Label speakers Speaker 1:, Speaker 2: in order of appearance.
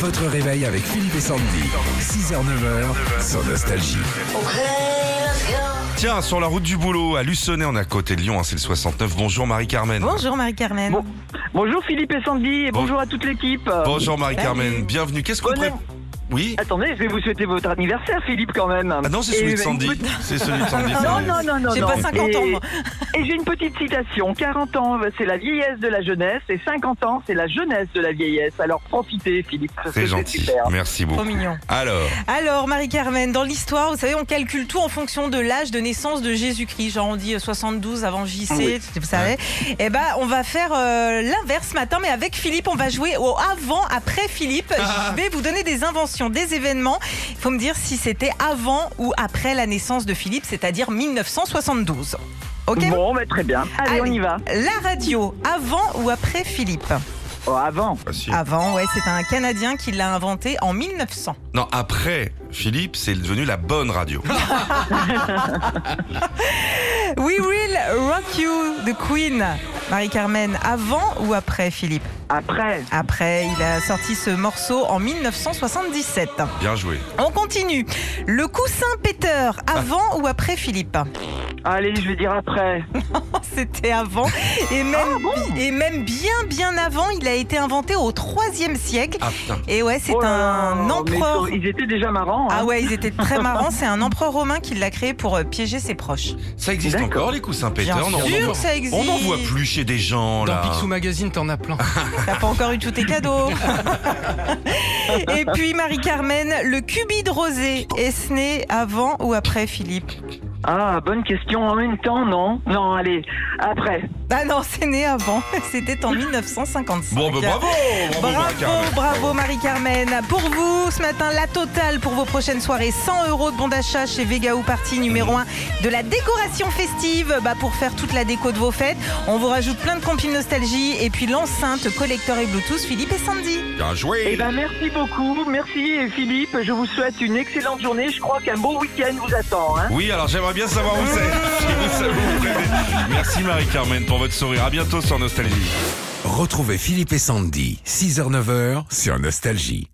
Speaker 1: Votre réveil avec Philippe et Sandy. 6h-9h sur Nostalgie.
Speaker 2: Tiens, sur la route du boulot, à Lucenay, on est à côté de Lyon, hein, c'est le 69. Bonjour Marie-Carmen.
Speaker 3: Oh,
Speaker 4: Bonjour Marie-Carmen.
Speaker 3: Bon. Bonjour Philippe et Sandy et
Speaker 2: Bon-
Speaker 3: bonjour à toute l'équipe.
Speaker 2: Bonjour Marie-Carmen, bienvenue. Qu'est-ce qu'on
Speaker 3: Bonne
Speaker 2: prépare
Speaker 3: an-
Speaker 2: Oui
Speaker 3: Attendez, je vais vous souhaiter votre anniversaire Philippe quand même.
Speaker 2: Ah non, c'est celui
Speaker 3: Et-
Speaker 2: de Sandy. C'est celui de Sandy.
Speaker 3: Non,
Speaker 2: sérieux.
Speaker 3: non, non, non.
Speaker 4: J'ai
Speaker 3: non.
Speaker 4: pas 50 ans,
Speaker 3: Et-
Speaker 4: moi.
Speaker 3: Et j'ai une petite citation. 40 ans, c'est la vieillesse de la jeunesse et 50 ans, c'est la jeunesse de la vieillesse. Alors profitez Philippe. parce que
Speaker 2: C'est gentil,
Speaker 3: super.
Speaker 2: merci
Speaker 4: Trop
Speaker 2: beaucoup.
Speaker 4: mignon. Ah.
Speaker 2: Alors,
Speaker 4: Alors Marie-Carmen, dans l'histoire, vous savez, on calcule tout en fonction de l'âge de naissance de Jésus-Christ. Genre on dit euh, 72 avant JC,
Speaker 3: Oui.
Speaker 4: vous savez. Eh ben, on va faire euh, l'inverse ce matin, mais avec Philippe, on va jouer au avant, après Philippe.
Speaker 2: Ah.
Speaker 4: Je vais vous donner des inventions, des événements. Il faut me dire si c'était avant ou après la naissance de Philippe, c'est-à-dire 1972. Ok
Speaker 3: Bon, bah, très bien. Allez, on y va.
Speaker 4: La radio, avant ou après Philippe
Speaker 3: Oh, avant.
Speaker 2: facile.
Speaker 4: Avant, ouais, c'est un Canadien qui l'a inventé en 1900.
Speaker 2: non, après Philippe, c'est devenu la bonne radio.
Speaker 4: Ah. We Will Rock You de Queen. Marie-Carmen, avant ou après Philippe
Speaker 3: Après.
Speaker 4: Après, il a sorti ce morceau en 1977.
Speaker 2: Bien joué.
Speaker 4: On continue. Le coussin péteur, avant ou après Philippe Oh,
Speaker 3: Allez, je vais dire après.
Speaker 4: C'était avant. Et même,
Speaker 3: Ah,
Speaker 4: et même bien, bien avant, il a été inventé au 3e siècle.
Speaker 2: Ah putain.
Speaker 4: Et ouais, c'est
Speaker 3: Oh là là,
Speaker 4: un
Speaker 3: mais
Speaker 4: empereur.
Speaker 3: ils sont- Ils étaient déjà marrants. hein.
Speaker 4: Ah ouais, ils étaient très marrants. C'est un empereur romain qui l'a créé pour euh, piéger ses proches.
Speaker 2: Ça existe
Speaker 3: D'accord.
Speaker 2: encore les coussins
Speaker 4: Bien
Speaker 2: péteurs On en-
Speaker 4: sûr
Speaker 2: on en-
Speaker 4: que ça existe.
Speaker 2: On n'en voit plus chez des gens
Speaker 5: Dans
Speaker 2: là.
Speaker 5: Picsou Magazine, t'en as plein.
Speaker 4: T'as pas encore eu tous tes cadeaux. Et puis Marie-Carmen, le cubide rosé, est-ce né avant ou après Philippe
Speaker 3: Ah, bonne question. En même temps, non. Non, allez, après.
Speaker 4: Ah non, c'est né avant. C'était en 1955.
Speaker 2: Bon, bah, bravo, bravo,
Speaker 4: Bravo,
Speaker 2: Marie-Carmen.
Speaker 4: bravo Marie-Carmen. Pour vous, ce matin, la totale pour vos prochaines soirées. 100 euros de bon d'achat chez Vega ou Party numéro 1 de la décoration festive bah, pour faire toute la déco de vos fêtes. On vous rajoute plein de compiles nostalgie et puis l'enceinte collecteur et Bluetooth Philippe et Sandy.
Speaker 2: Bien
Speaker 3: Eh
Speaker 2: joué.
Speaker 3: ben, merci beaucoup. Merci Philippe. Je vous souhaite une excellente journée. Je crois qu'un beau week-end vous attend. hein.
Speaker 2: Oui, alors j'aimerais bien savoir où c'est.
Speaker 4: Ah.
Speaker 2: Si vous savez où vous êtes. Merci Marie-Carmen pour votre sourire. À bientôt sur Nostalgie.
Speaker 1: Retrouvez Philippe et Sandy. 6h-9h sur Nostalgie.